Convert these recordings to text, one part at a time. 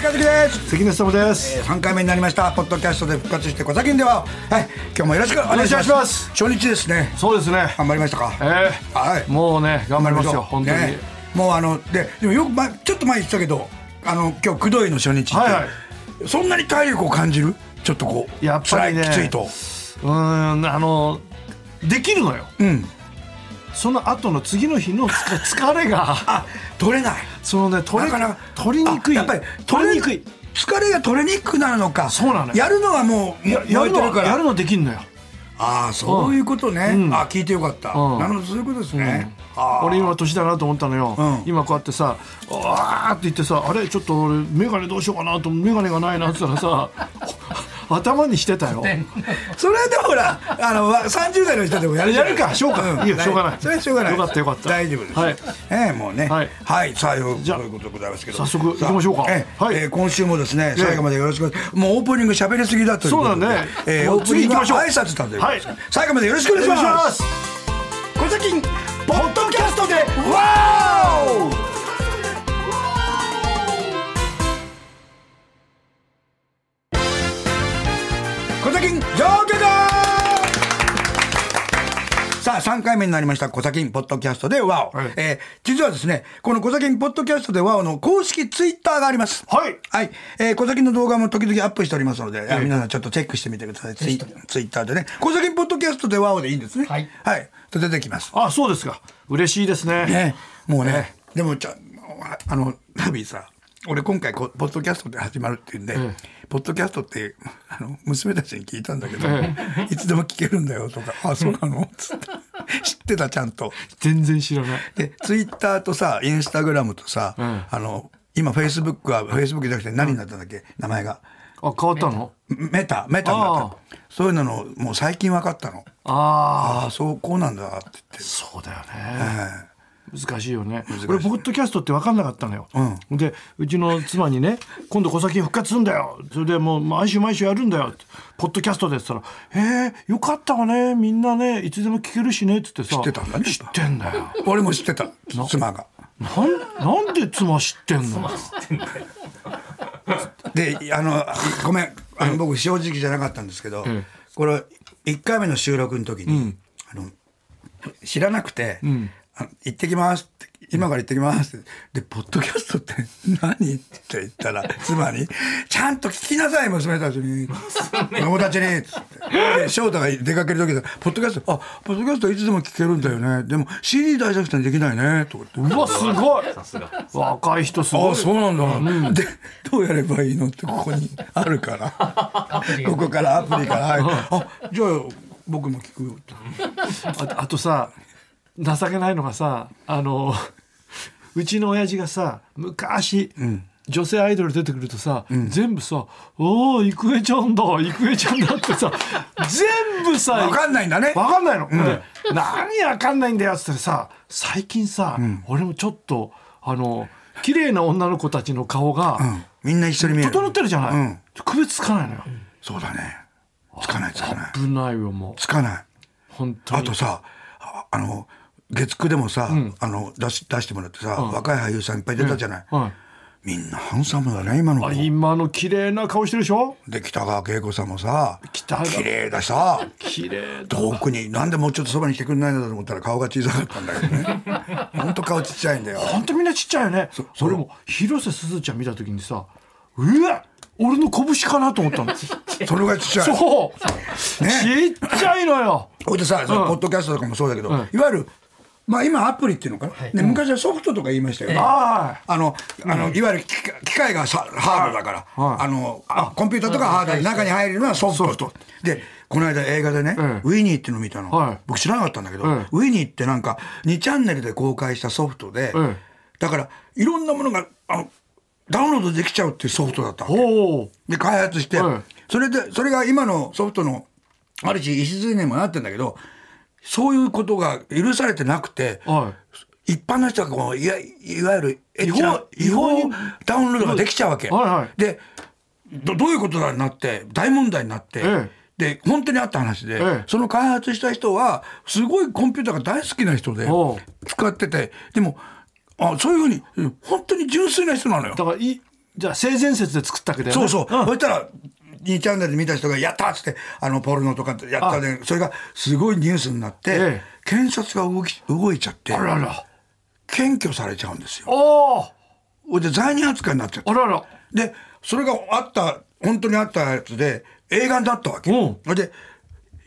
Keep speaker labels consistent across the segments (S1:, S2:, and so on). S1: 関根勤です、
S2: えー3回目になりましたポッドキャストで復活して小崎んでははい今日もよろしくお願いします
S1: お願いします
S2: 初日ですね
S1: そうですね
S2: 頑張りましたか
S1: えー
S2: はい
S1: もうね頑張ります
S2: しょ
S1: よ
S2: う
S1: 本当に、
S2: ねもうあのででもよく、ま、ちょっと前言ってたけどあの今日くどいの初日って、
S1: はいは
S2: そんなに体力を感じるちょっとこう
S1: やっぱりね
S2: 辛いきついと
S1: うーんあのできるのよ
S2: うん
S1: その後の次の日のつか疲れが
S2: あ取れない
S1: そのね取れ
S2: なかなか
S1: 取りにく
S2: あ
S1: い
S2: やっぱり
S1: 取りにくい
S2: 疲れが取れにくくなるのか
S1: そうなのよ
S2: やるのはもう
S1: やや
S2: 燃え
S1: る
S2: てる
S1: の
S2: から
S1: やるのできんのよ
S2: ああそういうことね、
S1: うん
S2: あ聞いてよかった、
S1: うん
S2: なるほどそういうことですね、
S1: うん
S2: ああ
S1: 俺今年だなと思ったのよ、
S2: うん
S1: 今こうやってさ「わー」って言ってさ「あれちょっと俺眼鏡どうしようかな」と眼鏡がないなって言ったら さ頭にしてたよ
S2: それでもほらあのわ30代の人でもやるじゃ
S1: や
S2: ない
S1: るかしょうか、いいよしょうがない
S2: それはしょうがない
S1: よかったよかった
S2: 大丈夫です、
S1: はい
S2: ええもうね
S1: は
S2: はいい、さあよ
S1: じゃあ
S2: そういうことでございますけど
S1: 早速行きましょうか
S2: ええ
S1: はい
S2: ええ今週もですね最後までよろしくお願いしますもうオープニング喋りすぎだということで
S1: そうだね
S2: ええ
S1: もう
S2: オープニングは
S1: 次行きま
S2: 挨
S1: しょう
S2: 拶だということです、
S1: はい
S2: 最後までよろしくお願いします小崎ポッドキャストでわーお小崎上下ださあ3回目になりました「小崎ポッドキャストでワオ、
S1: はい
S2: えー実はですねこの「小崎ポッドキャストでワオの公式ツイッターがあります
S1: はい
S2: はい、えー、小崎の動画も時々アップしておりますので、
S1: ええ
S2: 皆さんちょっとチェックしてみてくださいツイツイッターでね小崎ポッドキャストでワオでいいんですね
S3: はい、
S2: と出てきます
S1: あそうですか嬉しいですね
S2: ねもうね、でもちょあのナビーさ俺今回こポッドキャストで始まるっていうんで、
S1: え
S2: ポッドキャストってあの娘たちに聞いたんだけど、
S1: え
S2: いつでも聞けるんだよとか「あそうなの?」つって知ってたちゃんと。
S1: 全然知らない
S2: でツイッターとさインスタグラムとさ、
S1: うん
S2: あの今フェイスブックはフェイスブックじゃなくて何になったんだっけ名前が
S1: あ変わったの
S2: メタメタになったそういうののもう最近分かったの
S1: ああ
S2: ああそうこうなんだって言って、
S1: そうだよね、
S2: え
S1: 難しいよね俺ポッドキャストって分かんなかったのよ、でうちの妻にね「今度小崎復活するんだよ」それでもう毎週毎週やるんだよって「ポッドキャストで」っつったら「えー、よかったわねみんなねいつでも聞けるしね」っつってさ
S2: 知ってたんだね
S1: 知ってんだよ
S2: え俺も知ってた妻が。
S1: なんなんで妻知ってんのよ
S2: であのごめんあの僕正直じゃなかったんですけど、
S1: ええ
S2: これ1回目の収録の時に、あの知らなくて、あの行ってきます」って「今から行ってきます」って「でポッドキャストって何?」って言ったら妻に「ちゃんと聞きなさい娘たちに友達に」っつってで翔太が出かける時だ「ポッドキャストあポッドキャストいつでも聞けるんだよねでも CD 大作戦できないね」とか言って。
S1: うわすごい若い人す
S2: あ
S1: ご
S2: あ
S1: い
S2: そうなんだ、でどうやればいいのってここ にあるからここからアプリからはいあじゃあ僕も聞くよって
S1: あ あとさ情けないのがさあのうちの親父がさ昔、女性アイドル出てくるとさ、全部さ「おお郁恵ちゃんだ郁恵ちゃんだ」ってさ全部さ
S2: 分かんないんだね
S1: わかんないの、で何わかんないんだよっつったらさ最近さ、俺もちょっとあの綺麗な女の子たちの顔が
S2: うんみんな一緒に見える
S1: 整ってるじゃない、
S2: うん
S1: 区別つかないのよ、
S2: そうだねつかないつかない
S1: 危ないよもう
S2: つかない
S1: 本当
S2: あ
S1: に
S2: とさああの月9でもさ、あの出し出してもらってさ、若い俳優さんいっぱい出たじゃない、
S1: はい
S2: みんなハンサムだね今の子
S1: あ今の綺麗な顔してるでしょ
S2: で北川景子さんもさ
S1: 北川
S2: 綺麗だしさ
S1: 綺麗だ
S2: 遠くになんでもうちょっとそばに来てくれないんだと思ったら顔が小さかったんだけど ねほんと顔ちっちゃいんだよ
S1: ほんとみんなちっちゃいよね俺も広瀬すずちゃん見た時にさうわ俺の拳かなと思ったの
S2: それがちっちゃい
S1: そう、
S2: ね
S1: ちっちゃいのよ
S2: ほいでさ、そのポッドキャストとかもそうだけど、いわゆるまあ今アプリっていうのかな、ね昔はソフトとか言いましたよね、
S1: あ
S2: あのあのいわゆる機械機械がさハードだから、
S1: はい
S2: あのあコンピューターとかハードで中に入るのはソフトでこの間映画でね、
S1: ええ
S2: ウィニーっていうの見たの、
S1: はい
S2: 僕知らなかったんだけど、
S1: ええ
S2: ウィニーってなんか2チャンネルで公開したソフトで、
S1: ええ
S2: だからいろんなものがあのダウンロードできちゃうっていうソフトだったわけ
S1: おお
S2: で開発して、
S1: はい
S2: それでそれが今のソフトのある種礎にもなってんだけどそういうことが許されてなくて、
S1: はい
S2: 一般の人がこういやいわゆるエッチな
S1: 違
S2: 違
S1: 法
S2: 法
S1: 違法
S2: にダウンロードができちゃうわけ、
S1: はいはい
S2: でどどういうことだになって大問題になって、
S1: え
S2: で本当にあった話で、
S1: ええ
S2: その開発した人はすごいコンピューターが大好きな人で
S1: おう
S2: 使っててでもあそういうふうにうん本当に純粋な人なのよ
S1: だからいじゃあ性善説で作ったわけだよね
S2: そうそう。
S1: ん
S2: そしたら、2チャンネルで見た人が、やったっつって、あの、ポルノとかやったで、それがすごいニュースになって、
S1: ええ
S2: 検察が動き、動いちゃって、
S1: あらら
S2: 検挙されちゃうんですよ。
S1: おー
S2: ほいで、罪人扱いになっちゃって
S1: あ。らら
S2: で、それがあった、本当にあったやつで、映画になったわけ。
S1: うん
S2: ほいで、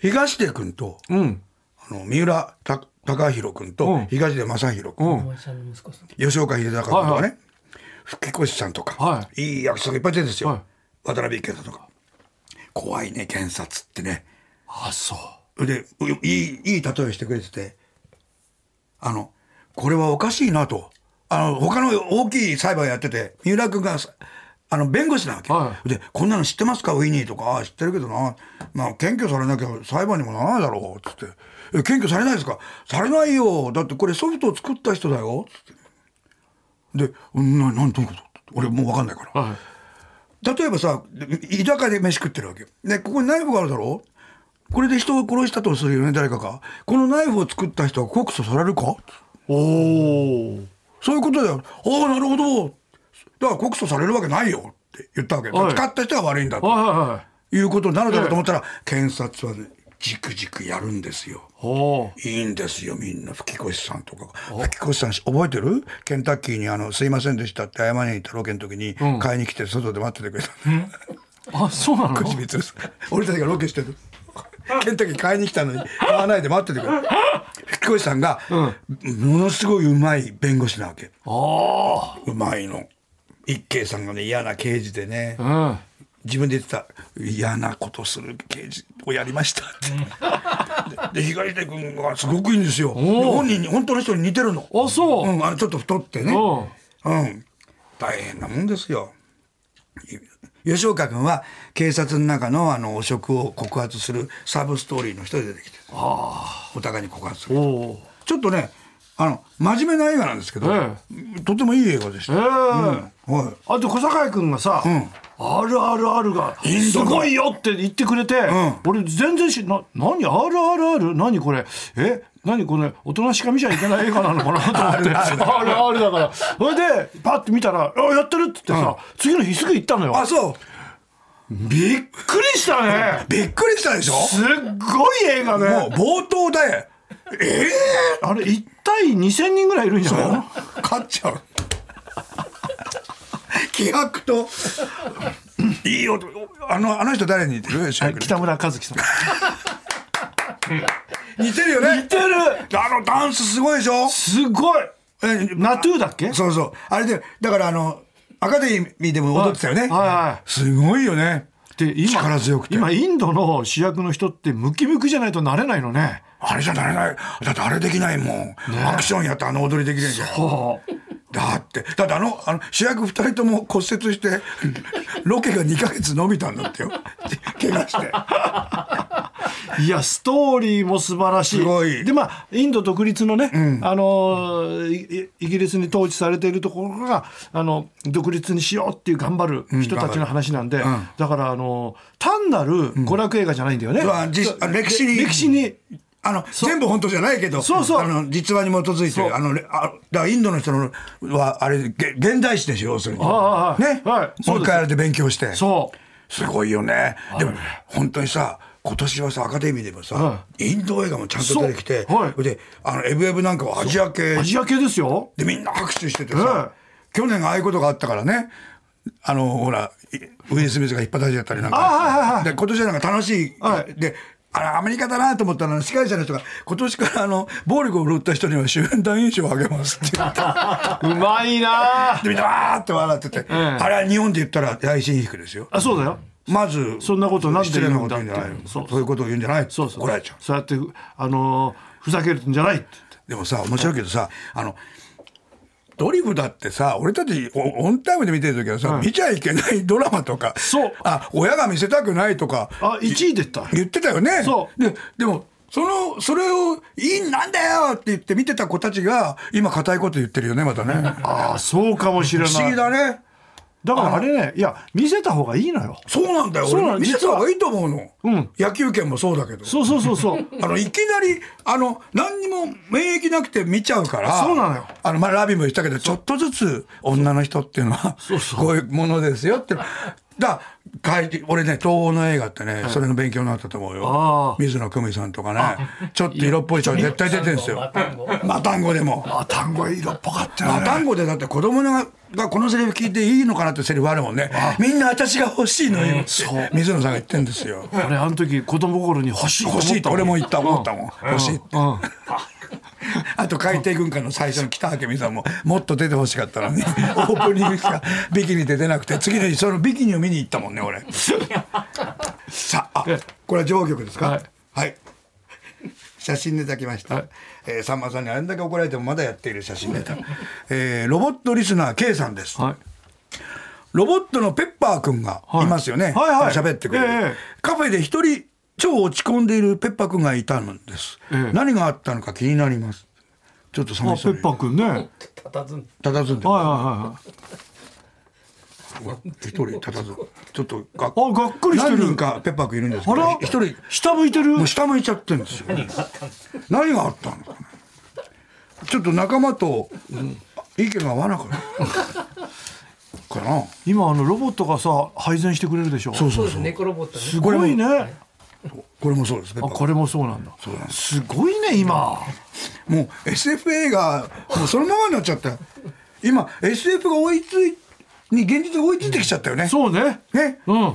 S2: 東出君と、
S1: うん
S2: あの、三浦た高弘君
S1: う
S2: と
S1: ん、
S2: 東出正弘君、
S1: うん
S3: お前さんの息子さん
S2: 吉岡秀隆君とかね、
S1: はいはい
S2: 吹越さんとか、、
S1: はい
S2: い役者がいっぱい出てるんですよ。
S1: はい
S2: 渡辺謙さんとか。怖いね、検察ってね。
S1: あそう
S2: で、ういい、いい例えしてくれてて、あの、これはおかしいなと。あの、他の大きい裁判やってて、三浦君が、あの、弁護士なわけ。
S1: は
S2: で、こんなの知ってますかウィニーとか、ああ、知ってるけどな。まあ、検挙されなきゃ裁判にもならないだろう、つって。え、検挙されないですかされないよ。だってこれソフトを作った人だよ、つって。で、うんな、なん、どういうこと俺もうわかんないから。
S1: はい
S2: 例えばさ居酒屋で飯食ってるわけでここにナイフがあるだろこれで人を殺したとするよね誰かがこのナイフを作った人は告訴されるか
S1: おお
S2: そういうことだよああなるほどだから告訴されるわけないよって言ったわけ、
S1: はい
S2: 使った人が悪いんだと
S1: はいはいはい
S2: いうことになるだろうと思ったら、検察はねじくじくやるんですよ
S1: おー
S2: いいんですよ、みんな。吹越さんとかが。吹越さん、覚えてるケンタッキーに、あの、すいませんでしたって謝りに行ったロケの時に、買いに来て外で待っててくれた。
S1: あそうなの
S2: 小島光です 俺たちがロケして るケンタッキー買いに来たのに買わないで待っててくれ福越さんが、ものすごいうまい弁護士なわけ
S1: あ
S2: うまいの一慶さんがね嫌な刑事でね、
S1: あうん
S2: 自分で言ってた嫌なことする刑事をやりましたって、 でで東出君がすごくいいんですよで
S1: おー
S2: 本人に本当の人に似てるの
S1: あそう、
S2: うん、あのちょっと太ってね
S1: おう
S2: うん。大変なもんですよ。い吉岡君は警察の中のあの汚職を告発するサブストーリーの人で出てきてお互いに告発する
S1: おー
S2: ちょっとねあの真面目な映画なんですけど、
S1: え
S2: とてもいい映画でした、
S1: ええ
S2: は
S1: あと小堺君がさ「
S2: ん
S1: RRR が
S2: イン
S1: す
S2: ドの
S1: ごいよ」って言ってくれて、
S2: ん
S1: 俺全然しな何 RRR 何これえ何これ大人しか見ちゃいけない映画なのかなと思って RRR だからそれでパッて見たら「あやってる」っつってさ、次の日すぐ行ったのよ
S2: い、あそう
S1: びっくりしたね
S2: びっくりしたでしょ
S1: すっごい映
S2: も
S1: 画
S2: う
S1: ね
S2: 冒頭でえ
S1: あれ1対2000人ぐらいいるんじゃ
S2: え
S1: ない
S2: 勝っちゃう気迫といい音あのあの人誰に似てる吉岡君
S1: 北村和樹さん
S2: 似てるよね
S1: 似てる
S2: あのダンスすごいでしょ
S1: すごい
S2: え
S1: ナトゥーだっけ
S2: そうそう。あれで、だからあの、アカデミーでも踊ってたよね。
S1: はいはい
S2: すごいよね。
S1: で今
S2: 力強くて
S1: 今インドの主役の人ってムキムキじゃないとなれないのね
S2: あれじゃなれない。だってあれできないもん。アクションやってあの踊りできないじゃん。
S1: は
S2: だって、だってあの、あの主役二人とも骨折して、ロケが2ヶ月伸びたんだってよ。 怪我して。
S1: あいやストーリーも素晴らしい
S2: すごい
S1: でまあインド独立のね、あのーいイギリスに統治されているところがあの独立にしようっていう頑張る人たちの話なんで、
S2: 頑張るうん
S1: だからあのー単なる娯楽映画じゃないんだよね、
S2: うわ実あ歴史に
S1: で歴史に
S2: あの全部本当じゃないけど
S1: そうそう
S2: あの実話に基づいて
S1: そう
S2: るあのれあだからインドの人のはあれげ現代史でしょ要するに
S1: ああ
S2: ね、
S1: はい
S2: もう一回あれで勉強して
S1: そう
S2: すごいよね。でも本当にさ今年はさアカデミーでもさ、
S1: は
S2: インド映画もちゃんと出てきて、
S1: そうはい
S2: であのエブエブなんかはアジア系
S1: アジア系ですよ
S2: でみんな拍手しててさ、去年ああいうことがあったからねあのほらいウィル・スミスが引っ張られちゃったりなんか、
S1: あはいはいはい
S2: で今年はなんか楽しい、
S1: はい
S2: であれアメリカだなと思ったら司会者の人が今年からあの暴力を振るった人には主演男優賞をあげますって言って
S1: うまいなあ
S2: でみんなわーって笑ってて、あれは日本で言ったら大臣引くですよ。
S1: あそうだよ
S2: まず
S1: そんなことなんで
S2: 失礼
S1: 言
S2: な
S1: う
S2: こ
S1: ん
S2: と
S1: だっ
S2: 言うん
S1: て
S2: じゃない
S1: そう
S2: そういうことを言うんじゃない
S1: そうそう
S2: 怒られちゃう
S1: そうやってあのーふざけるんじゃないって
S2: でもさ面白いけどさあのドリフだってさ俺たちオオンタイムで見てる時はさ、見ちゃいけないドラマとか
S1: そう
S2: あ親が見せたくないとか
S1: あ1位出た
S2: 言ってたよね
S1: そう
S2: ででもそのそれを「いいなんだよ!」って言って見て た子たちが今固いこと言ってるよねまたね
S1: ああそうかもしれな
S2: 不
S1: い
S2: 思議だね
S1: だからあれねいや見せた方がいいのよ
S2: そうなんだよ
S1: そうなの
S2: 俺見せた方がいいと思うの、
S1: うん
S2: 野球拳もそうだけど
S1: そうそうそうそう
S2: あのいきなりあの何にも免疫なくて見ちゃうから
S1: そうなのよ
S2: あの、まあ、ラビも言ったけどちょっとずつ女の人っていうのはこういうものですよってだ帰り俺ね東欧の映画ってね、それの勉強になったと思う
S1: あ
S2: よ
S1: あ
S2: 水野久美さんとかねちょっと色っぽい人は絶対出てるんですよ
S3: マタンゴマ
S2: マタンゴでも
S1: あ単語色っぽかったよ
S2: マ
S1: ね
S2: タンゴでだって子供ががこのセリフ聞いていいのかなってセリフあるもんねみんな私が欲しいのよって
S1: そう
S2: 水野さんが言ってんですよ
S1: 俺 あの時子供心に欲しいと思
S2: 欲
S1: っ
S2: しいって
S1: たん
S2: 俺も言った思ったもん欲しいって
S1: うん
S2: あと海底軍艦の最初の北明美さんももっと出てほしかったの にオープニングしかビキニで出なくて次の日そのビキニを見に行ったもんね 俺さああ
S1: え
S2: これは上局ですかは
S1: はいい、
S2: 写真ネタきました、
S1: はい
S2: えーさんまさんにあれだけ怒られてもまだやっている写真ネタ、えーロボットリスナー K さんです、
S1: はい
S2: ロボットのペッパーくんがいますよね。
S1: はいはいはい
S2: 喋ってくれる、
S1: ええ
S2: カフェで一人超落ち込んでいるペッパーくんがいたんです、
S1: ええ
S2: 何があったのか気になります。ちょっと寂
S1: あ
S2: し
S1: ペ
S2: そうに
S1: ッパーくんねはい
S3: たたずん
S2: 佇んでる。
S1: はいは
S2: うわ一人佇む。ちょっとがっ
S1: あがっくりしてる
S2: 何人かペッパーくんいるんですけ
S1: いはい
S2: ど
S1: あ、ら
S2: 一人
S1: 下向いてる
S2: もう下向いちゃってるんですよ。何があったのかね。ちょっと仲間と意見が合わなかった。かな。
S1: 今あのロボットがさ配膳してくれるでしょ
S2: そう
S1: す
S2: そう
S3: です
S2: そう。
S3: ね、猫ロボットね。
S1: ごいね
S2: これもそうです。ペッ
S1: あ
S2: パーくん
S1: これもそうなんだ
S2: そうなんです
S1: ごいね今
S2: もう SF 映画もうそのままになっちゃったよ今 SF が追いついに現実が追いついてきちゃったよね、
S1: そうね
S2: ね
S1: うん
S2: ん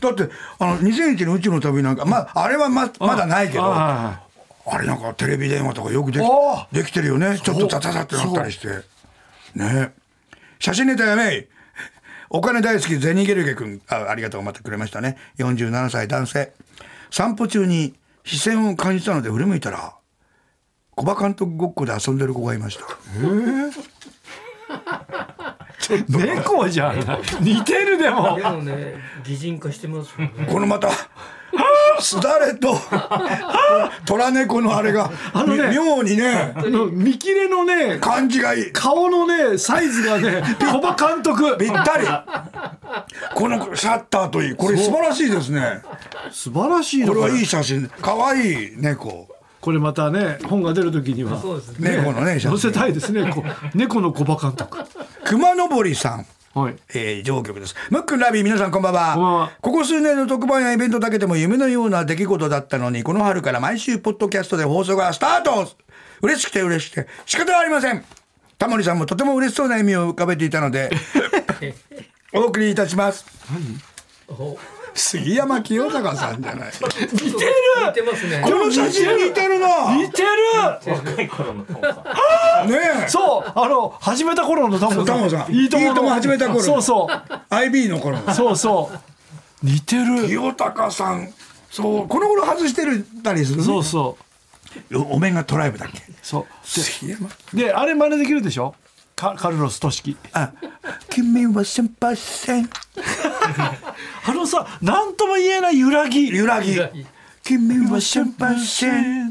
S2: だってあの2001の宇宙の旅なんかまああれはままだないけど
S1: はいはい
S2: あ
S1: はい
S2: れなんかテレビ電話とかよくで
S1: あ
S2: きできてるよねちょっとザザザってなったりしてね写真ネタやめいお金大好きゼニゲルゲ君あありがとう待ってくれましたね47歳男性散歩中に視線を感じたので振り向いたら小バ監督ごっこで遊んでる子がいました
S1: 猫じゃん似てるでも
S3: でもね、擬人化してますよね。
S2: このまたすだれと虎猫のあれが
S1: あのね
S2: み妙にね
S1: あの見切れのね
S2: 感じがいい
S1: 顔のねサイズがね小場監督
S2: ぴったりこのシャッターといいこれ素晴らしいですね
S1: 素晴らしい
S2: これはいい
S1: い
S2: 写真可愛い猫
S1: これまたね本が出る時には
S3: そうですね。
S2: 猫のね写
S1: 載せ
S2: 真
S1: たいですねこ猫の小場監督
S2: 熊登りさん
S1: はい
S2: えー、上局です。ムックンラビー、皆さんこんばんは。
S1: こんばんは
S2: ここ数年の特番やイベントだけでも夢のような出来事だったのに、この春から毎週ポッドキャストで放送がスタート嬉しくて嬉しくて、仕方ありませんタモリさんもとても嬉しそうな意味を浮かべていたの で、お送りいたします。
S3: お
S2: 杉山清坂さんじゃない。こ
S3: 似てる似てますね。
S2: の写真似てるなね
S1: 似てる
S4: 若い頃のトモさん。
S2: え
S1: そうあの始めた頃のタモ
S2: タモさんいいとも始めた頃
S1: そうそう
S2: !IB の頃の。
S1: そうそう似てる
S2: 清高さん。そう、この頃外してるたりするね
S1: そうそう
S2: お面がトライブだっけ
S1: そう
S2: 杉山
S1: でであれ真似できるでしょカカルロス・トシキ
S2: あ、君は先輩戦。
S1: あのさ何とも言えない揺らぎ
S2: 揺らぎ。君は先輩戦。
S1: は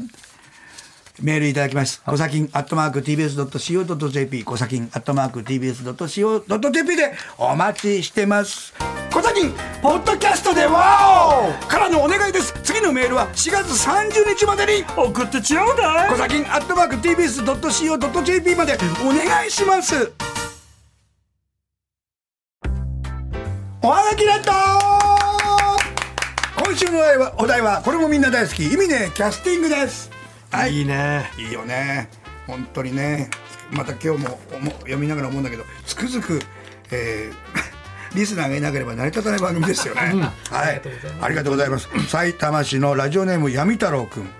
S2: メールいただきます。コサキンアットマーク tbs.co.jp、コサキンアットマーク tbs.co.jp でお待ちしてます。コサキン、ポッドキャストでワオからのお願いです。次のメールは4月30日までに送ってちょうだい。コサキンアットマーク tbs.co.jp までお願いします。おはがきだった今週のお題はお題はこれもみんな大好き意味ねキャスティングですはい
S1: いいね
S2: いいよね本当にねまた今日も思読みながら思うんだけどつくづく、えー リスナーがいなければ成り立たない番組ですよね、はいありがとうございます埼玉市のラジオネーム闇太郎くん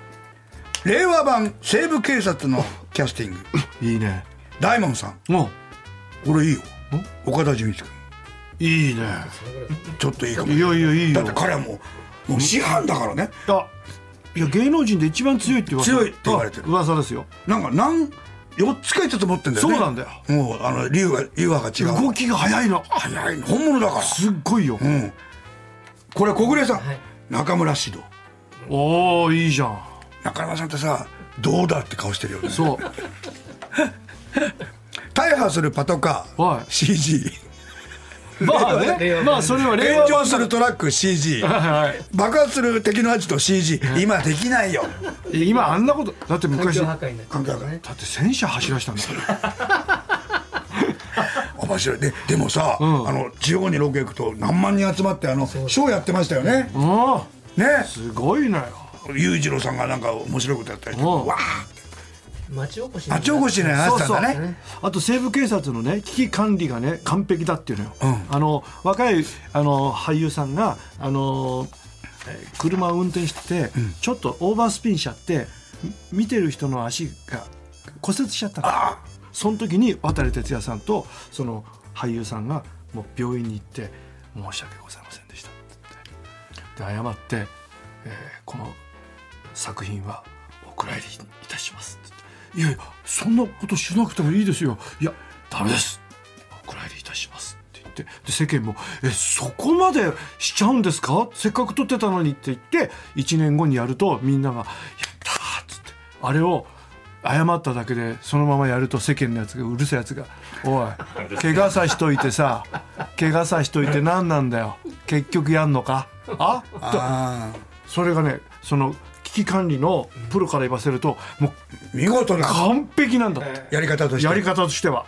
S2: 令和版西部警察のキャスティング
S1: いいね
S2: 大門さん
S1: も
S2: 俺いいよ岡田准一君
S1: ういいね
S2: ちょっといいかも
S1: いやいやいい
S2: だっ
S1: よ
S2: て彼はもうもう師範だからね
S1: あいや芸能人で一番強いって言われてる
S2: 強いって言われてる
S1: あ噂ですよ
S2: なんかなん4つか5つ持ってんだよね
S1: そうなんだよ
S2: もうあの流派流派が違う
S1: 動きが速いの
S2: 早いの本物だから
S1: すっごいよ、
S2: うんこれ小暮さん、
S3: はい
S2: 中村獅童
S1: おおいいじゃん
S2: 中村さんってさどうだって顔してるよね
S1: そう
S2: 大破するパトカー、
S1: はい
S2: CG
S1: まあ
S3: 令
S1: ね
S3: 和
S1: まあそれは令
S2: 炎
S1: 和
S2: 上
S1: 版
S2: するトラック CG
S1: はい
S2: 爆発する敵のアジト CG 今できないよ
S1: はい今あんなことだって
S3: 環
S1: 昔
S3: 境
S1: だ
S3: 破
S1: っ
S3: 壊になってるからね
S1: て戦車走らしたんだから
S2: 面白いででもさ、あの地方にロケ行くと何万人集まってあのショーやってましたよね
S1: うん
S2: ね
S1: すごいなよ
S2: 裕次郎さんがなんか面白いことやったりして
S1: うん
S2: わあ
S3: 町おこしに
S2: 町お こしになってたんだね
S1: あと西部警察のね危機管理がね完璧だっていうのよ、
S2: ん
S1: あの若いあの俳優さんがあのえー車を運転してて、ちょっとオーバースピンしちゃってみ見てる人の足が骨折しちゃったのその時に渡哲也さんとその俳優さんがもう病院に行って「申し訳ございませんでした」って言ってで謝って、えーこの作品はお蔵入りいたします」って言って「いやいやそんなことしなくてもいいですよ」「いやダメです」「お蔵入りいたします」って言ってで世間も「えそこまでしちゃうんですかせっかく撮ってたのに」って言って1年後にやるとみんなが「やったー」っつってあれを。謝っただけでそのままやると世間のやつがうるせえやつが「おい怪我さしといてさ怪我さしといて何なんだよ結局やんのかあと
S2: あ
S1: それがねその危機管理のプロから言わせるともう
S2: ー見事な
S1: 完璧なんだって
S2: やり方として
S1: やり方としては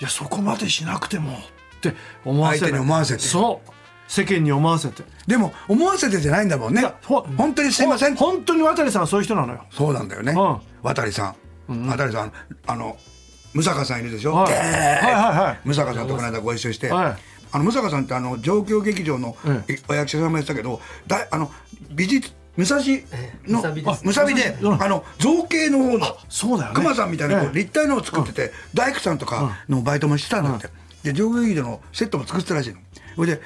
S1: いやそこまでしなくてもって思わせない
S2: 相手に思わせて
S1: そう世間に思わせて
S2: でも思わせてじゃないんだもんね
S1: ほ
S2: 本当にすいません
S1: ほ本当に渡さんはそういう人なのよ
S2: そうなんだよね
S1: うん
S2: 渡さん渡さんあの武坂さんいるでしょ
S1: はい
S2: でー
S1: はいはいはい
S2: 武坂さんとこの間ご一緒して、
S1: はい
S2: あの武坂さんってあの上京劇場の
S1: ええ
S2: いお役者さんもやってたけど、だあの美術武蔵の
S3: むさびです
S2: むさびで
S1: うん
S2: あの造形の方の
S1: そうだよね
S2: 熊さんみたいなこう
S1: ええ
S2: 立体のを作ってて大工さんとかのバイトもしてたんだってで上京劇場のセットも作ってたらしいのそれで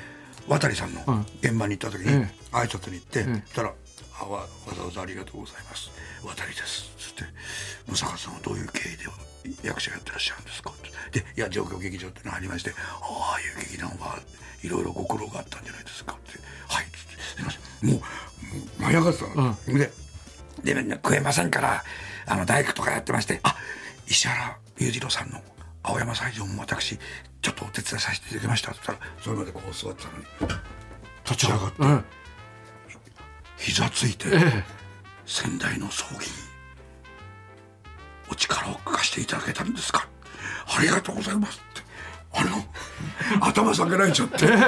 S2: 渡さんの
S1: ん
S2: 現場に行った時に
S1: え
S2: 挨拶に行ってそ
S1: え
S2: したらあわわざわざありがとうございます渡です」つって「武坂さんはどういう経緯で役者やってらっしゃるんですか?」ってで「いや状況劇場っていうのがありましてああいう劇団はいろいろご苦労があったんじゃないですか」って「はい」つって「すいませんもうもう舞い上がってたの、ででみんな食えませんからあの大工とかやってましてあ石原裕次郎さんの青山斎場も私ちょっとお手伝いさせていただきました」って言ったらそれまでこう座ってたのに立ち上がって
S1: うん
S2: 膝ついて。
S1: え
S2: 先代の葬儀にお力を貸していただけたんですかありがとうございますってあ の頭下げられちゃって「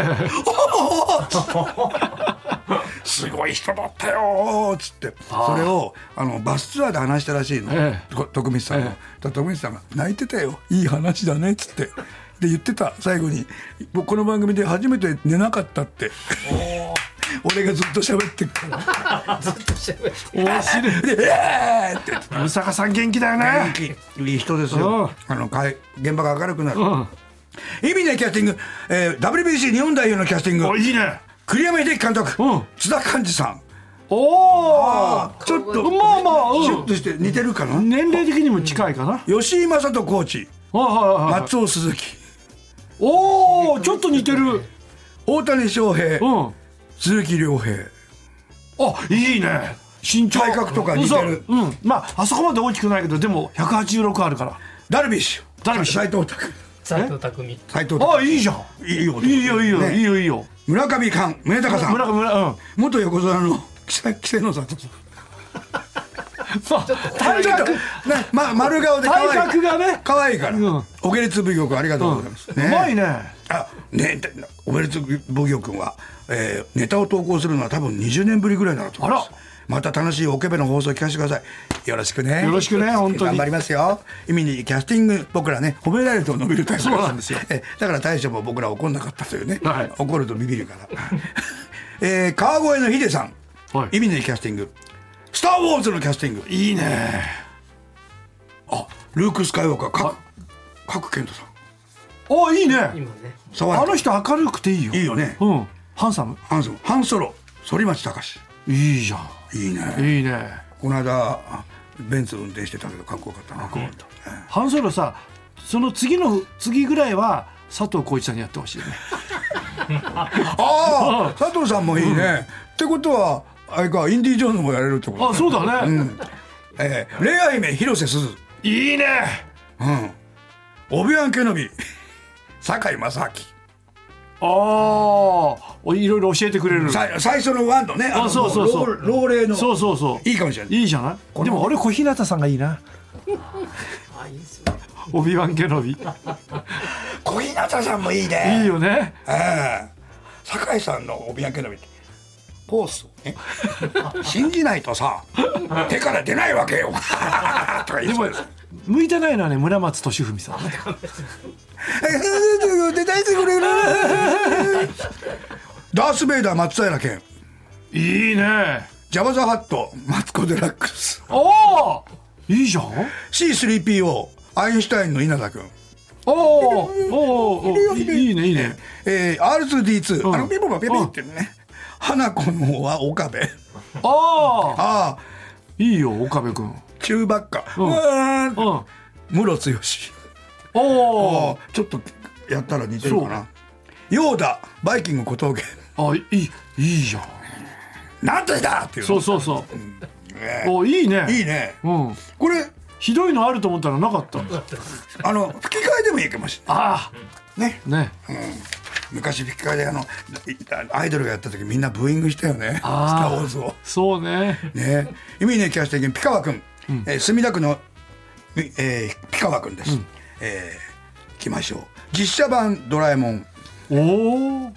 S2: すごい人だったよ」っつってそれをあのバスツアーで話したらしいの、
S1: え
S2: こ徳光さんが、
S1: え
S2: だから徳光さんが「泣いてたよいい話だね」っつって。で言ってた最後に「僕この番組で初めて寝なかった」って 俺がずっと喋ってっから
S3: ずっと喋って
S1: え面白い
S2: で「えー!」って言って
S1: 宇坂さん元気だよね
S2: 元気いい人ですよあのかい現場が明るくなる、意味ないキャスティング、えー WBC 日本代表のキャスティン
S1: お
S2: グ
S1: いいね
S2: 栗山英樹監督、
S1: うん
S2: 津田寛治さん
S1: おお
S2: ちょっと
S1: まあまあ
S2: シ
S1: う
S2: ュッ
S1: ん
S2: として似てるかな、
S1: 年齢的にも近いかな
S2: 吉井正人コーチ
S1: はいはいはい
S2: 松尾鈴木
S1: おおちょっと似てる
S2: 大谷翔平、
S1: うん
S2: 鈴木亮平
S1: あいいね身長
S2: 体格とか似てる
S1: そううんまああそこまで大きくないけどでも186あるから
S2: ダルビッシュ
S1: ダルビッシュ
S2: 斎藤拓
S3: 斎藤匠
S2: 斎藤拓
S1: あいいじゃん
S2: いいよ
S1: いいよいいよ、
S2: ね
S1: いいよいいよ
S2: 村上寛宗隆さ
S1: 村
S2: ん
S1: 上村うん
S2: 元横綱の稀勢稀勢の里さん
S1: まあ体
S2: ちょっと
S1: 格
S2: ねまあ丸顔で可愛い
S1: 体格がね
S2: 可愛いから、
S1: うん
S2: おげれつ奉行君ありがとうございます、
S1: うまいね
S2: あねおめでとう奉行君は、えーネタを投稿するのは多分20年ぶりぐらいだなと思います
S1: あら
S2: また楽しいオケベの放送を聞かせてくださいよろしくね
S1: よろしくね本当に
S2: 頑張りますよ意味にキャスティング僕らね褒められると伸びるタイプ
S1: そうなんですよ
S2: えだから大将も僕ら怒んなかったというね、
S1: はい
S2: 怒るとビビるから、 えー川越のヒデさん、
S1: はい
S2: 意味のいいキャスティング「スター・ウォーズ」のキャスティングいいねあルーク・スカイウォーカーか賀来賢人さん
S1: あいいね
S3: 今ね
S2: 沢
S1: あの
S2: 井
S1: 人明るくていいよ
S2: いいよね
S1: うんハンサム
S2: ハンソムハンソロ反町隆史
S1: いいじゃん
S2: いいね
S1: いいね
S2: この間あベンツ運転してたけどかっこよかったなかっこよかった、うん
S1: ハンソロさその次の次ぐらいは佐藤浩市さんにやってほしいよね
S2: ああ佐藤さんもいいね、ってことはあれかインディ・ジョーンズもやれるってこと
S1: あそうだね、
S2: えー、恋愛名広瀬すず
S1: いいね
S2: うんオビアン・ケノビ酒井正明
S1: ああおいろいろ教えてくれる
S2: さい最初のワンのね
S1: あ
S2: の
S1: そうそうそう
S2: 老老齢の
S1: そうそうそう
S2: い
S1: い
S2: いかもしれない
S1: いいじゃないでも俺小日向さんがいいな
S3: あいいですよね
S1: 帯番けのびい
S2: 小日向さんもいいね
S1: いよね
S2: ええ酒井さんのおびやけのびってポーズをね信じないとさ手から出ないわけよとか言
S1: で
S2: ってた
S1: も
S2: んです
S1: 向いてないのはね村松俊文さんね
S2: 出たいてくれるダース・ベイダー松平健
S1: いいね
S2: ジャバザ・ハットマツコ・デラックス
S1: おおいいじゃん
S2: C3PO アインシュタインの稲田君
S1: おおおおいいいねいいね
S2: えー、R2D2、
S1: うん
S2: あのピボバピピってね、花子の方は岡部
S1: ああ
S2: ああ
S1: いいよ岡部君
S2: 中ばっか、う
S1: うん
S2: わ
S1: う
S2: ー
S1: んお
S2: ムロツヨシ
S1: お
S2: ああちょっとやったら似てるかなヨーダバイキング小峠
S1: あいいいいじゃん
S2: なんてだっていう
S1: そう
S2: の
S1: そうそう
S2: ね
S1: おいいね
S2: いいね
S1: うん
S2: これ
S1: ひどいのあると思ったらなかった
S2: あの吹き替えでもいいかもしれ
S1: あ
S2: ないね
S1: あね
S2: 昔吹き替えであのいアイドルがやった時みんなブーイングしたよね「スタ
S1: あ
S2: ー・ウォーズ」を。
S1: そうね
S2: ね意味ねキャスティングピカワ君、えー墨田区の、みえーピカワ君です、えー、来ましょう実写版「ドラえもん
S1: おお」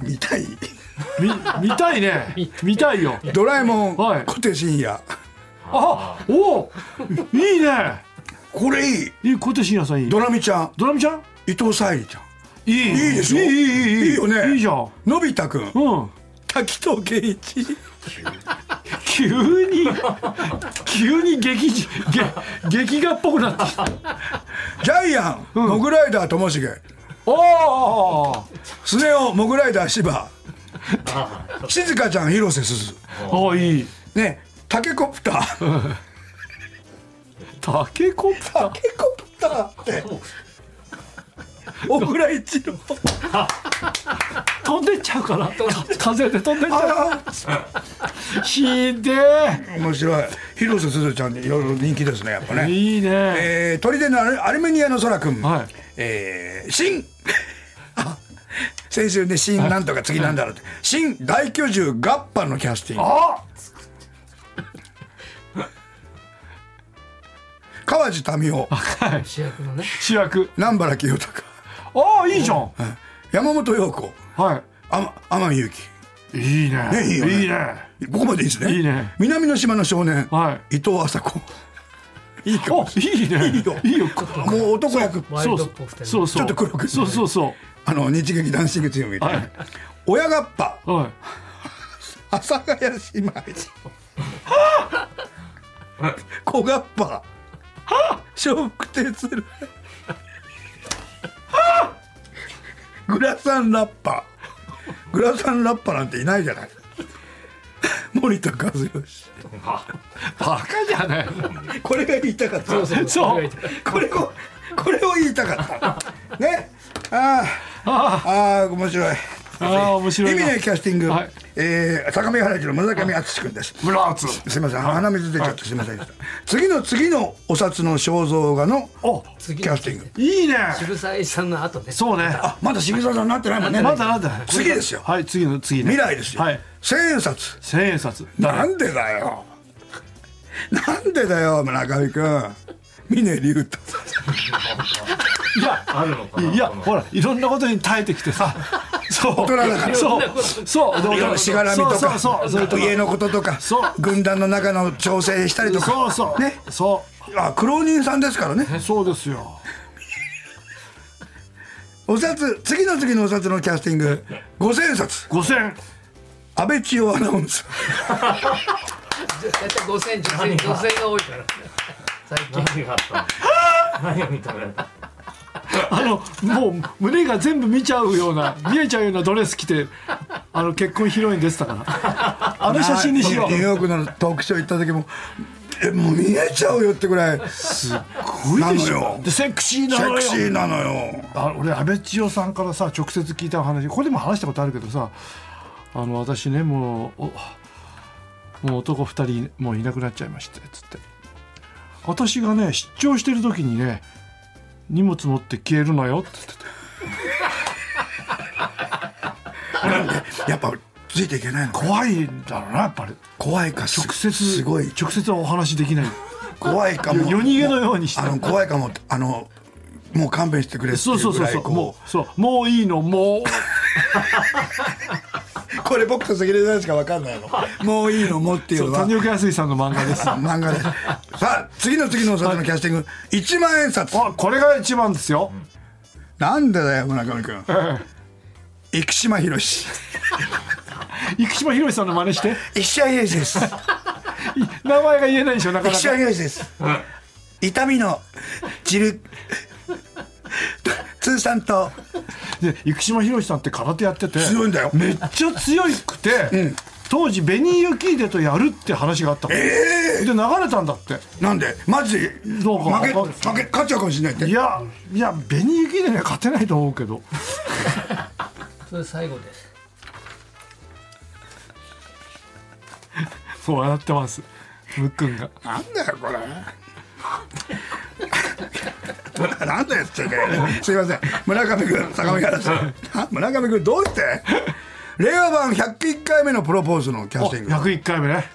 S2: 見たい
S1: み見たいね見たいよ
S2: 「ドラえもん」
S1: はい
S2: 小手伸也
S1: あおおいいね
S2: これいい
S1: いい小手伸也さんいい
S2: ドラミちゃん
S1: ドラムちゃん
S2: 伊藤沙莉ちゃん
S1: いいいい
S2: いいでしょ
S1: いいいいい
S2: い
S1: い
S2: いよね
S1: いいじゃん
S2: のび太くん
S1: うん
S2: 滝藤圭一
S1: 急に急に劇じ劇劇画っぽくなってきた
S2: ジャイアンモグライダーともしげ
S1: おー
S2: スネ夫モグライダー芝静香ちゃん広瀬すず
S1: おいい
S2: ねタケコプター
S1: タケコプタ
S2: タケコプターって小倉一郎
S1: 飛んでっちゃう からか風で飛んでっちゃ
S2: あ
S1: うひでえ
S2: ー面白い広瀬すずちゃんにいろいろ人気ですねやっぱね
S1: いいね
S2: えー、砦のアルアルメニアの空くん、
S1: はい
S2: えー、新 あ先週ね新なんとか次なんだろうって新大巨獣ガッパのキャスティング
S1: あ
S2: 川地民夫
S1: はい
S3: 主役のね
S1: 主役
S2: 南原清隆
S1: ああいいじゃん
S2: 山本陽子
S1: は
S2: 天天海祐希
S1: いいいね
S2: ねいいよね
S1: いいね
S2: ここまでいいですね
S1: いいね
S2: 南の島の少年、
S1: は
S2: 伊藤麻子いいかも
S1: お
S2: し
S1: いいね
S2: いいよ
S1: いいよ
S2: れないもう男役
S3: ワイ
S1: そうそ
S3: ルドっ
S1: う
S3: ぽくてね
S1: そうそう
S2: ちょっと黒く
S1: そうそうそ
S2: あの日劇ダンシング強みたい
S1: は
S2: ない親がっぱ
S1: うはい
S2: 阿佐ヶ谷姉妹小がっぱ笑福亭鶴グラサンラッパグラサンラッパなんていないじゃない森田和義
S1: バカじゃない
S2: これが言いたかった
S3: そうそう
S1: そう
S3: 意外と
S2: これをこれを言いたかったねあ
S1: あ
S2: ああー面白い
S1: あああ面
S2: 意
S1: 白い
S2: 味
S1: な
S2: ねキャスティング、
S1: はい
S2: えー、相模原市の村上敦君です
S1: ブラーツ
S2: すいません鼻水出ちゃってすいませんでした次の次のお札の肖像画の
S1: お
S2: キ
S3: 次
S2: ャスティング
S1: いいね
S3: 渋沢栄一さんの後ね
S1: そうね
S2: あまだ渋沢さんになってないもんね
S1: まだまだ
S2: 次ですよ
S1: はい次の次ね
S2: 未来ですよ、
S1: はい
S2: 千円札
S1: 千円札
S2: な
S1: 誰
S2: んでだよなんでだよ村上君峰竜太
S1: いや
S4: あるのかない
S1: や
S4: この
S1: ほらいろんなことに耐えてき てさそう
S2: 大人だから
S1: そうそうそう
S2: のしがらみとか
S1: そうそうそうそういうとこ
S2: 家のこととか
S1: そう
S2: 軍団の中の調整したりとか
S1: そうそう
S2: ね
S1: そ
S2: あ苦労人さんですからね
S1: うそうですよ
S2: お札次の次のお札のキャスティング五千冊
S1: 五千
S2: 安倍千代アナウンサ
S3: 大体5000千0 0 0が多いから最近
S4: 何があったの何が認められた
S1: あのもう胸が全部見ちゃうよう な見えちゃうようなドレス着てあの結婚披露宴でし たからあ
S2: ー
S1: の写真にしよ
S2: ニュー
S1: う
S2: ヨークのトークショー行った時もえもう見えちゃうよってぐらいセ
S1: すっごいで
S2: なの
S1: し
S2: よ
S1: ょでセクシーなの
S2: ク
S1: よ
S2: シーなのよ
S1: あ俺安倍千代さんからさ直接聞いた話これでも話したことあるけどさあの私ねもうおもう男2人もういなくなっちゃいましてつって私がね出張してる時にね荷物持って消えるのよって言ってた
S2: やっぱついていけないのか
S1: 怖いんだろうなやっぱり
S2: 怖いかす
S1: 直接
S2: すごい
S1: 直接はお話できない
S2: 怖いかも
S1: 夜逃げのようにして
S2: あの怖いかもあのもう勘弁してくれってい
S1: そう
S2: う
S1: そう
S2: ぐ
S1: そう
S2: ら
S1: そ
S2: いう
S1: も
S2: こ
S1: うそうもういいの も
S2: うこれ僕と関根さんしか分かんないのもういいのもっていうう
S1: そう
S2: のは
S1: 谷岡康さんの漫画です
S2: 漫画ですさあ次の次のお札のキャスティング1万円札
S1: あこれが一番ですよ、
S2: なんでだよ村上君生島博士
S1: 生島ひろしさんの真似して
S2: 生島博士です
S1: い名前が言えないでしょなか
S2: 生
S1: な
S2: 島
S1: か
S2: 博士です痛みの汁通算と
S1: で生島ひろしさんって空手やってて
S2: 強いんだよ
S1: めっちゃ強くて、当時ベニー・ユキーデとやるって話があったの、で流れたんだって
S2: なんでマジで
S1: どうか
S2: 負け負け勝っちゃうかもしれないって
S1: いやいやベニー・ユキーデには勝てないと思うけど
S3: それ最後です
S1: そうやってますムックンが
S2: なんだよこれ。 なんだよってね。すいません。村上君、坂上原さん。な村上君どうして？令和版101回目のプロポーズのキャスティング。
S1: 101回目ね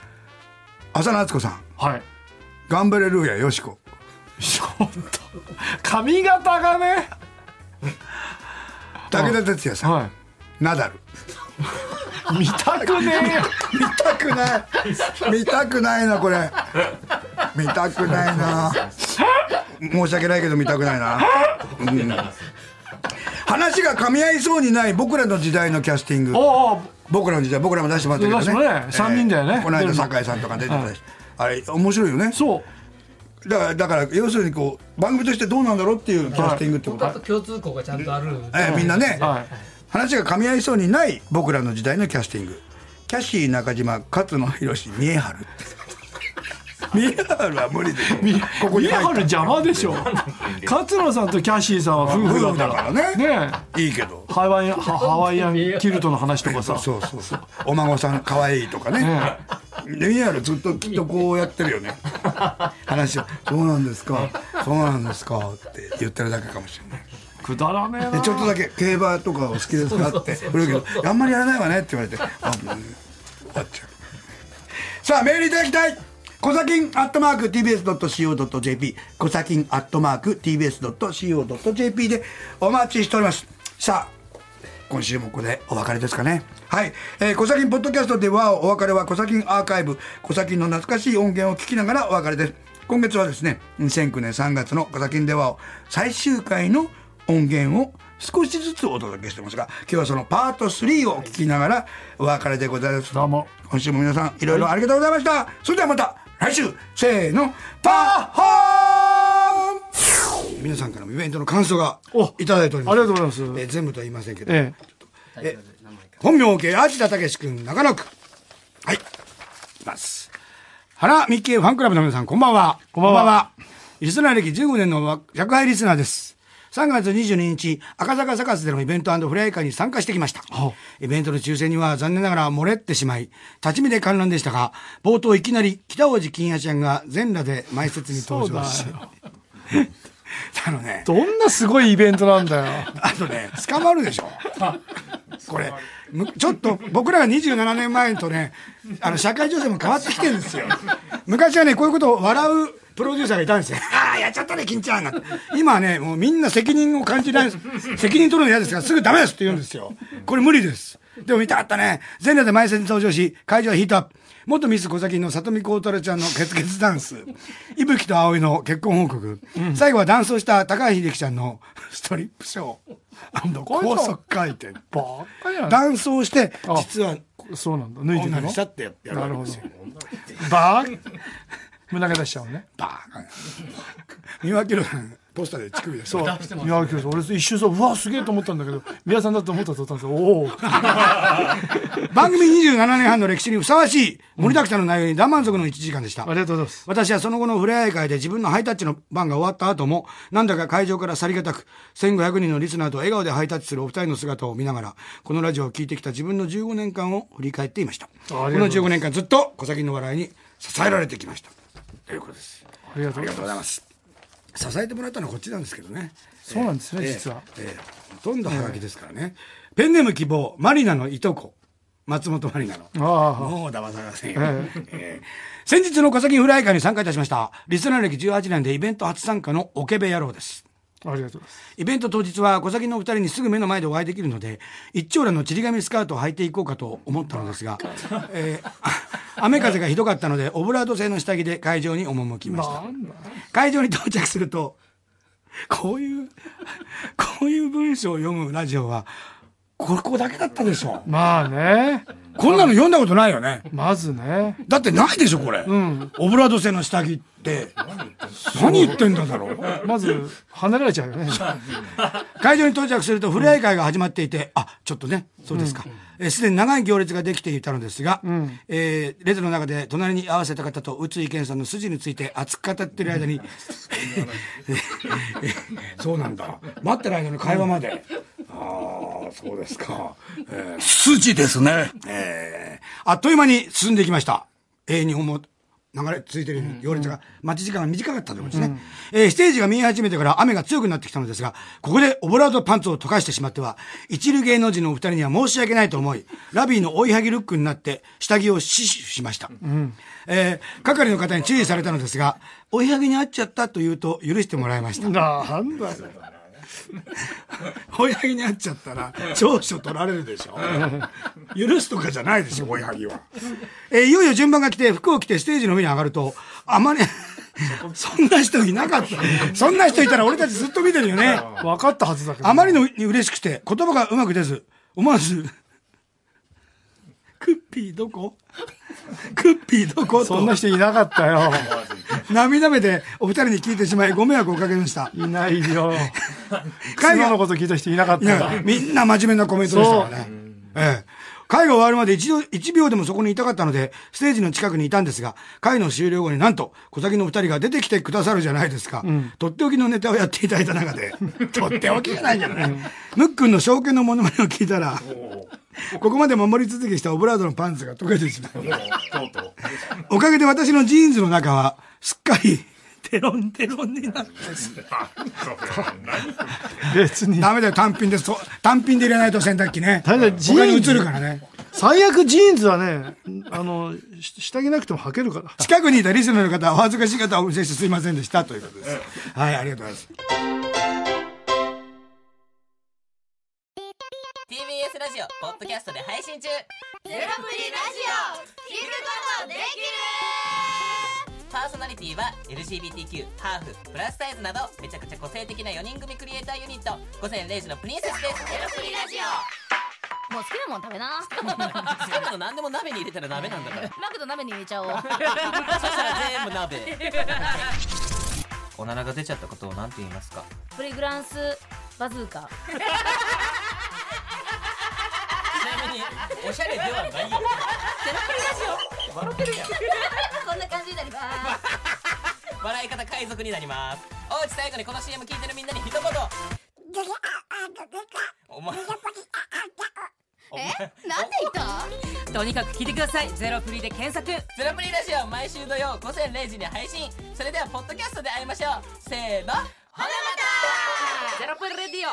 S2: 浅野敦子さん、
S1: はい
S2: ガンベレルーヤよしこ。
S1: ちょっと髪型がね
S2: 武田鉄矢さん、
S1: は
S2: ナダル。
S1: い見たくねえよ
S2: 見たくない。見たくないなこれ。見たくないな。申し訳ないけど見たくないな。うん話が噛み合いそうにない僕らの時代のキャスティング。
S1: おうおう
S2: 僕らの時代僕らも出してもらったけど
S1: 出しても
S2: ね
S1: ね三人だよね
S2: この
S1: 出
S2: 間
S1: るの
S2: 酒井さんとか出てたし、あれ面白いよね
S1: そう
S2: だからだから要するにこう番組としてどうなんだろうっていうキャスティングってこと、
S3: 本当あと共通項がちゃんとある
S2: ええみんなね、
S1: はい
S2: 話が噛み合いそうにない僕らの時代のキャスティングキャシー中島勝野博三重 春三重春は無理でここに
S1: ミハ
S2: 入
S1: ル
S2: っ
S1: 邪魔でしょ勝野さんとキャシーさんは
S2: た
S1: 夫
S2: 夫
S1: 婦だ
S2: 婦だ
S1: から
S2: からね
S1: ね
S2: いいけど
S1: えハワイ アンハハワイアンキルトの話とかさ
S2: そうそうそうお孫さん可愛いとかね
S1: ね
S2: でミヤルずっときっとこうやってるよね話を「そうなんですかそうなんですか」って言ってるだけかもしれない
S1: くだらねえ
S2: で
S1: な
S2: ちょっとだけ「競馬とかお好きですか?」って振るけど「あんまりやらないわね」って言われて「あもう終わっちゃう」さあメールいただきたいコサキンアットマーク TBS.CO.JP コサキンアットマーク TBS.CO.JP でお待ちしておりますさあ今週もここでお別れですかねはい「えー、コサキンポッドキャスト」ではお別れはコサキンアーカイブコサキンの懐かしい音源を聞きながらお別れです今月はですね2009年3月の「コサキンでは」最終回の音源を少しずつお届けしてますが今日はそのパート3を聞きながらお別れでございます
S1: どうも
S2: 今週も皆さんいろいろありがとうございました、それではまた来週せーのパッホーン皆さんからもイベントの感想が
S1: お
S2: いただいております
S1: ありがとうございます
S2: えー全部とは言いませんけど、
S1: え
S2: え本名 OK アジタたけし君長野区はいいきます原ミッキーファンクラブの皆さんこんばんはこん
S1: ばんは
S2: リスナー歴15年の若輩リスナーです3月22日赤坂サカスでのイベントフレアイ会に参加してきましたイベントの抽選には残念ながら漏れてしまい立ち見で観覧でしたが冒頭いきなり北大路欣也ちゃんが全裸で前説に登場し あのね
S1: えどんなすごいイベントなんだよ
S2: あとね、捕まるでしょ。これ、むちょっと僕らが27年前とね、あの社会情勢も変わってきてるんですよ。昔はね、こういうことを笑うプロデューサーがいたんですよ。 ああ、やっちゃったね、金ちゃんが。今はね、もうみんな責任を感じないです。責任取るの嫌ですから、すぐダメですって言うんですよ。これ無理です。でも見たかったね。全裸で前線に登場し、会場はヒートアップ。元ミス小崎の里見幸太郎ちゃんのケツケツダンス。伊吹と葵の結婚報告。最後はダンスをした高橋秀樹ちゃんのストリップショー高速回転。
S1: バカやな
S2: ダンスをして、
S1: あ
S2: 実は
S1: そうなんだ脱いで
S2: 女に
S1: るの
S2: したってやる
S1: な
S2: わ
S1: る
S2: け
S1: ほ
S2: で
S1: ど
S2: すよ。
S1: バー胸毛出しちゃうのね
S2: バーン三輪明さん、ポスターで乳首で。
S1: そ
S2: う。
S1: ういや今日俺一瞬そううわすげえと思ったんだけど宮さんだと思った途端さお お
S2: 番組27年半の歴史にふさわしい、盛りだくさんの内容に大満足の1時間でした
S1: あ。りがとうございます
S2: 私はその後の触れ合い会で自分のハイタッチの番が終わった後も、なんだか会場から去りがたく、1500人のリスナーと笑顔でハイタッチするお二人の姿を見ながら、このラジオを聴いてきた自分の15年間を振り返っていました。こ
S1: ありがとうござい
S2: の
S1: ます
S2: 15年間ずっと小崎の笑いに支えられてきました。ということです。あ
S1: ありがとう
S2: りが
S1: ござ
S2: とうご
S1: いま
S2: ざいます。支えてもらったのはこっちなんですけどね。
S1: すそうなんですね実は
S2: ええほとんどハガキですからね。ペンネーム希望、マリナのいとこ。松本マリナの。
S1: あ
S2: もう騙されませんよ。えー先日の笠木フライ会に参加いたしました。リスナー歴18年でイベント初参加のオケベ野郎です。
S1: あ、ありがとうございます。
S2: イベント当日は小崎のお二人にすぐ目の前でお会いできるので一丁羅のちり紙スカートを履いていこうかと思ったのですが、え ーあ雨風がひどかったのでオブラート製の下着で会場に赴きました会場に到着するとこういうこういう文章を読むラジオはここだけだったでしょ
S1: まあね、
S2: こんなの読んだことないよね
S1: まずね、
S2: だってないでしょこれ、
S1: ん
S2: オブラート製の下着って何言ってんだだろう
S1: まず離れちゃうよね。
S2: 会場に到着すると、ふれあい会が始まっていて、あ、ちょっとね、そうですか。えーすでに長い行列ができていたのですが、えー列の中で隣に合わせた方と宇津井健さんの筋について熱く語ってる間に、そうなんだ。待ってる間の会話まで。ああ、そうですか。えー筋ですね。えーあっという間に進んでいきました。えー日本も流れ続いてる行列が、待ち時間が短かったということですね。えーステージが見え始めてから雨が強くなってきたのですが、ここでオブラートパンツを溶かしてしまっては、一流芸能人のお二人には申し訳ないと思い、ラビーの追いはぎルックになって、下着を死守しました。えー係の方に注意されたのですが、追いはぎに合っちゃったと言うと許してもらいました。
S1: なんだよ。
S2: 追いはぎにあっちゃったら長所取られるでしょ許すとかじゃないでしょ追いはぎは、えーいよいよ順番が来て服を着てステージの上に上がるとあまりそんな人いなかったそんな人いたら俺たちずっと見てるよね
S1: 分かったはずだけど。
S2: あまりのに嬉しくて言葉がうまく出ず思わず「クッピーどこクッピーどこ?」
S1: そんな
S2: と
S1: 人いなかったよ。
S2: 涙目でお二人に聞いてしまいご迷惑をおかけました
S1: いないよ。
S2: 海
S1: 海
S2: 外
S1: 外のこと聞いた人いなかっ
S2: い
S1: たよ
S2: や、みんな真面目なコメントでしたからね。ええ。会が終わるまで一度、一秒でもそこにいたかったので、ステージの近くにいたんですが、会の終了後になんと、小崎のお二人が出てきてくださるじゃないですか。とっておきのネタをやっていただいた中で、 とっておきじゃないけどね。ムックンの証券のモノマネを聞いたら、ここまで守り続けしたオブラードのパンツが溶けてしまう。
S4: とうとう。
S2: おかげで私のジーンズの中は、すっかり、テロンテロンになって。
S1: 別に。
S2: ダメだよ、単品です。そう単品で入れないと洗濯機ね。
S1: ただジーン
S2: 他
S1: ズ
S2: に映るからね。
S1: 最悪ジーンズはね、あの、し下着なくても履けるから。
S2: 近くにいたリスナーの方はお恥ずかしい方はお見せしてすいませんでしたということです。はい、ありがとうございます。
S5: TBS ラジオポッドキャストで配信中ゼロプリ
S6: ゼロプリラジオ聞くことでき
S5: パーソナリティは LGBTQ ハーフプラスサイズなどめちゃくちゃ個性的な4人組クリエイターユニット午前0時のプリンセスです
S6: るゼロプリラジオもう好きなもん食べな
S5: 好きなの何でも鍋に入れたら鍋なんだ から
S6: マクド鍋に入れち ゃおう
S5: そしたら全部 鍋おならが出ちゃったことを何て言いますか
S6: プリグランスバズーカ
S5: ちなみにおしゃれではないよゼロプリラジオ笑ってるやん
S6: こんな感じになります
S5: 笑い方海賊になりますおうち最後にこの CM 聞いてるみんなに一言お前お前
S6: なんで言った とにかく聞いてくださいゼロプリで検索
S5: ゼロプリラジオ毎週土曜午前0時に配信それではポッドキャストで会いましょうせーのほなまた
S6: ゼロプリレディオ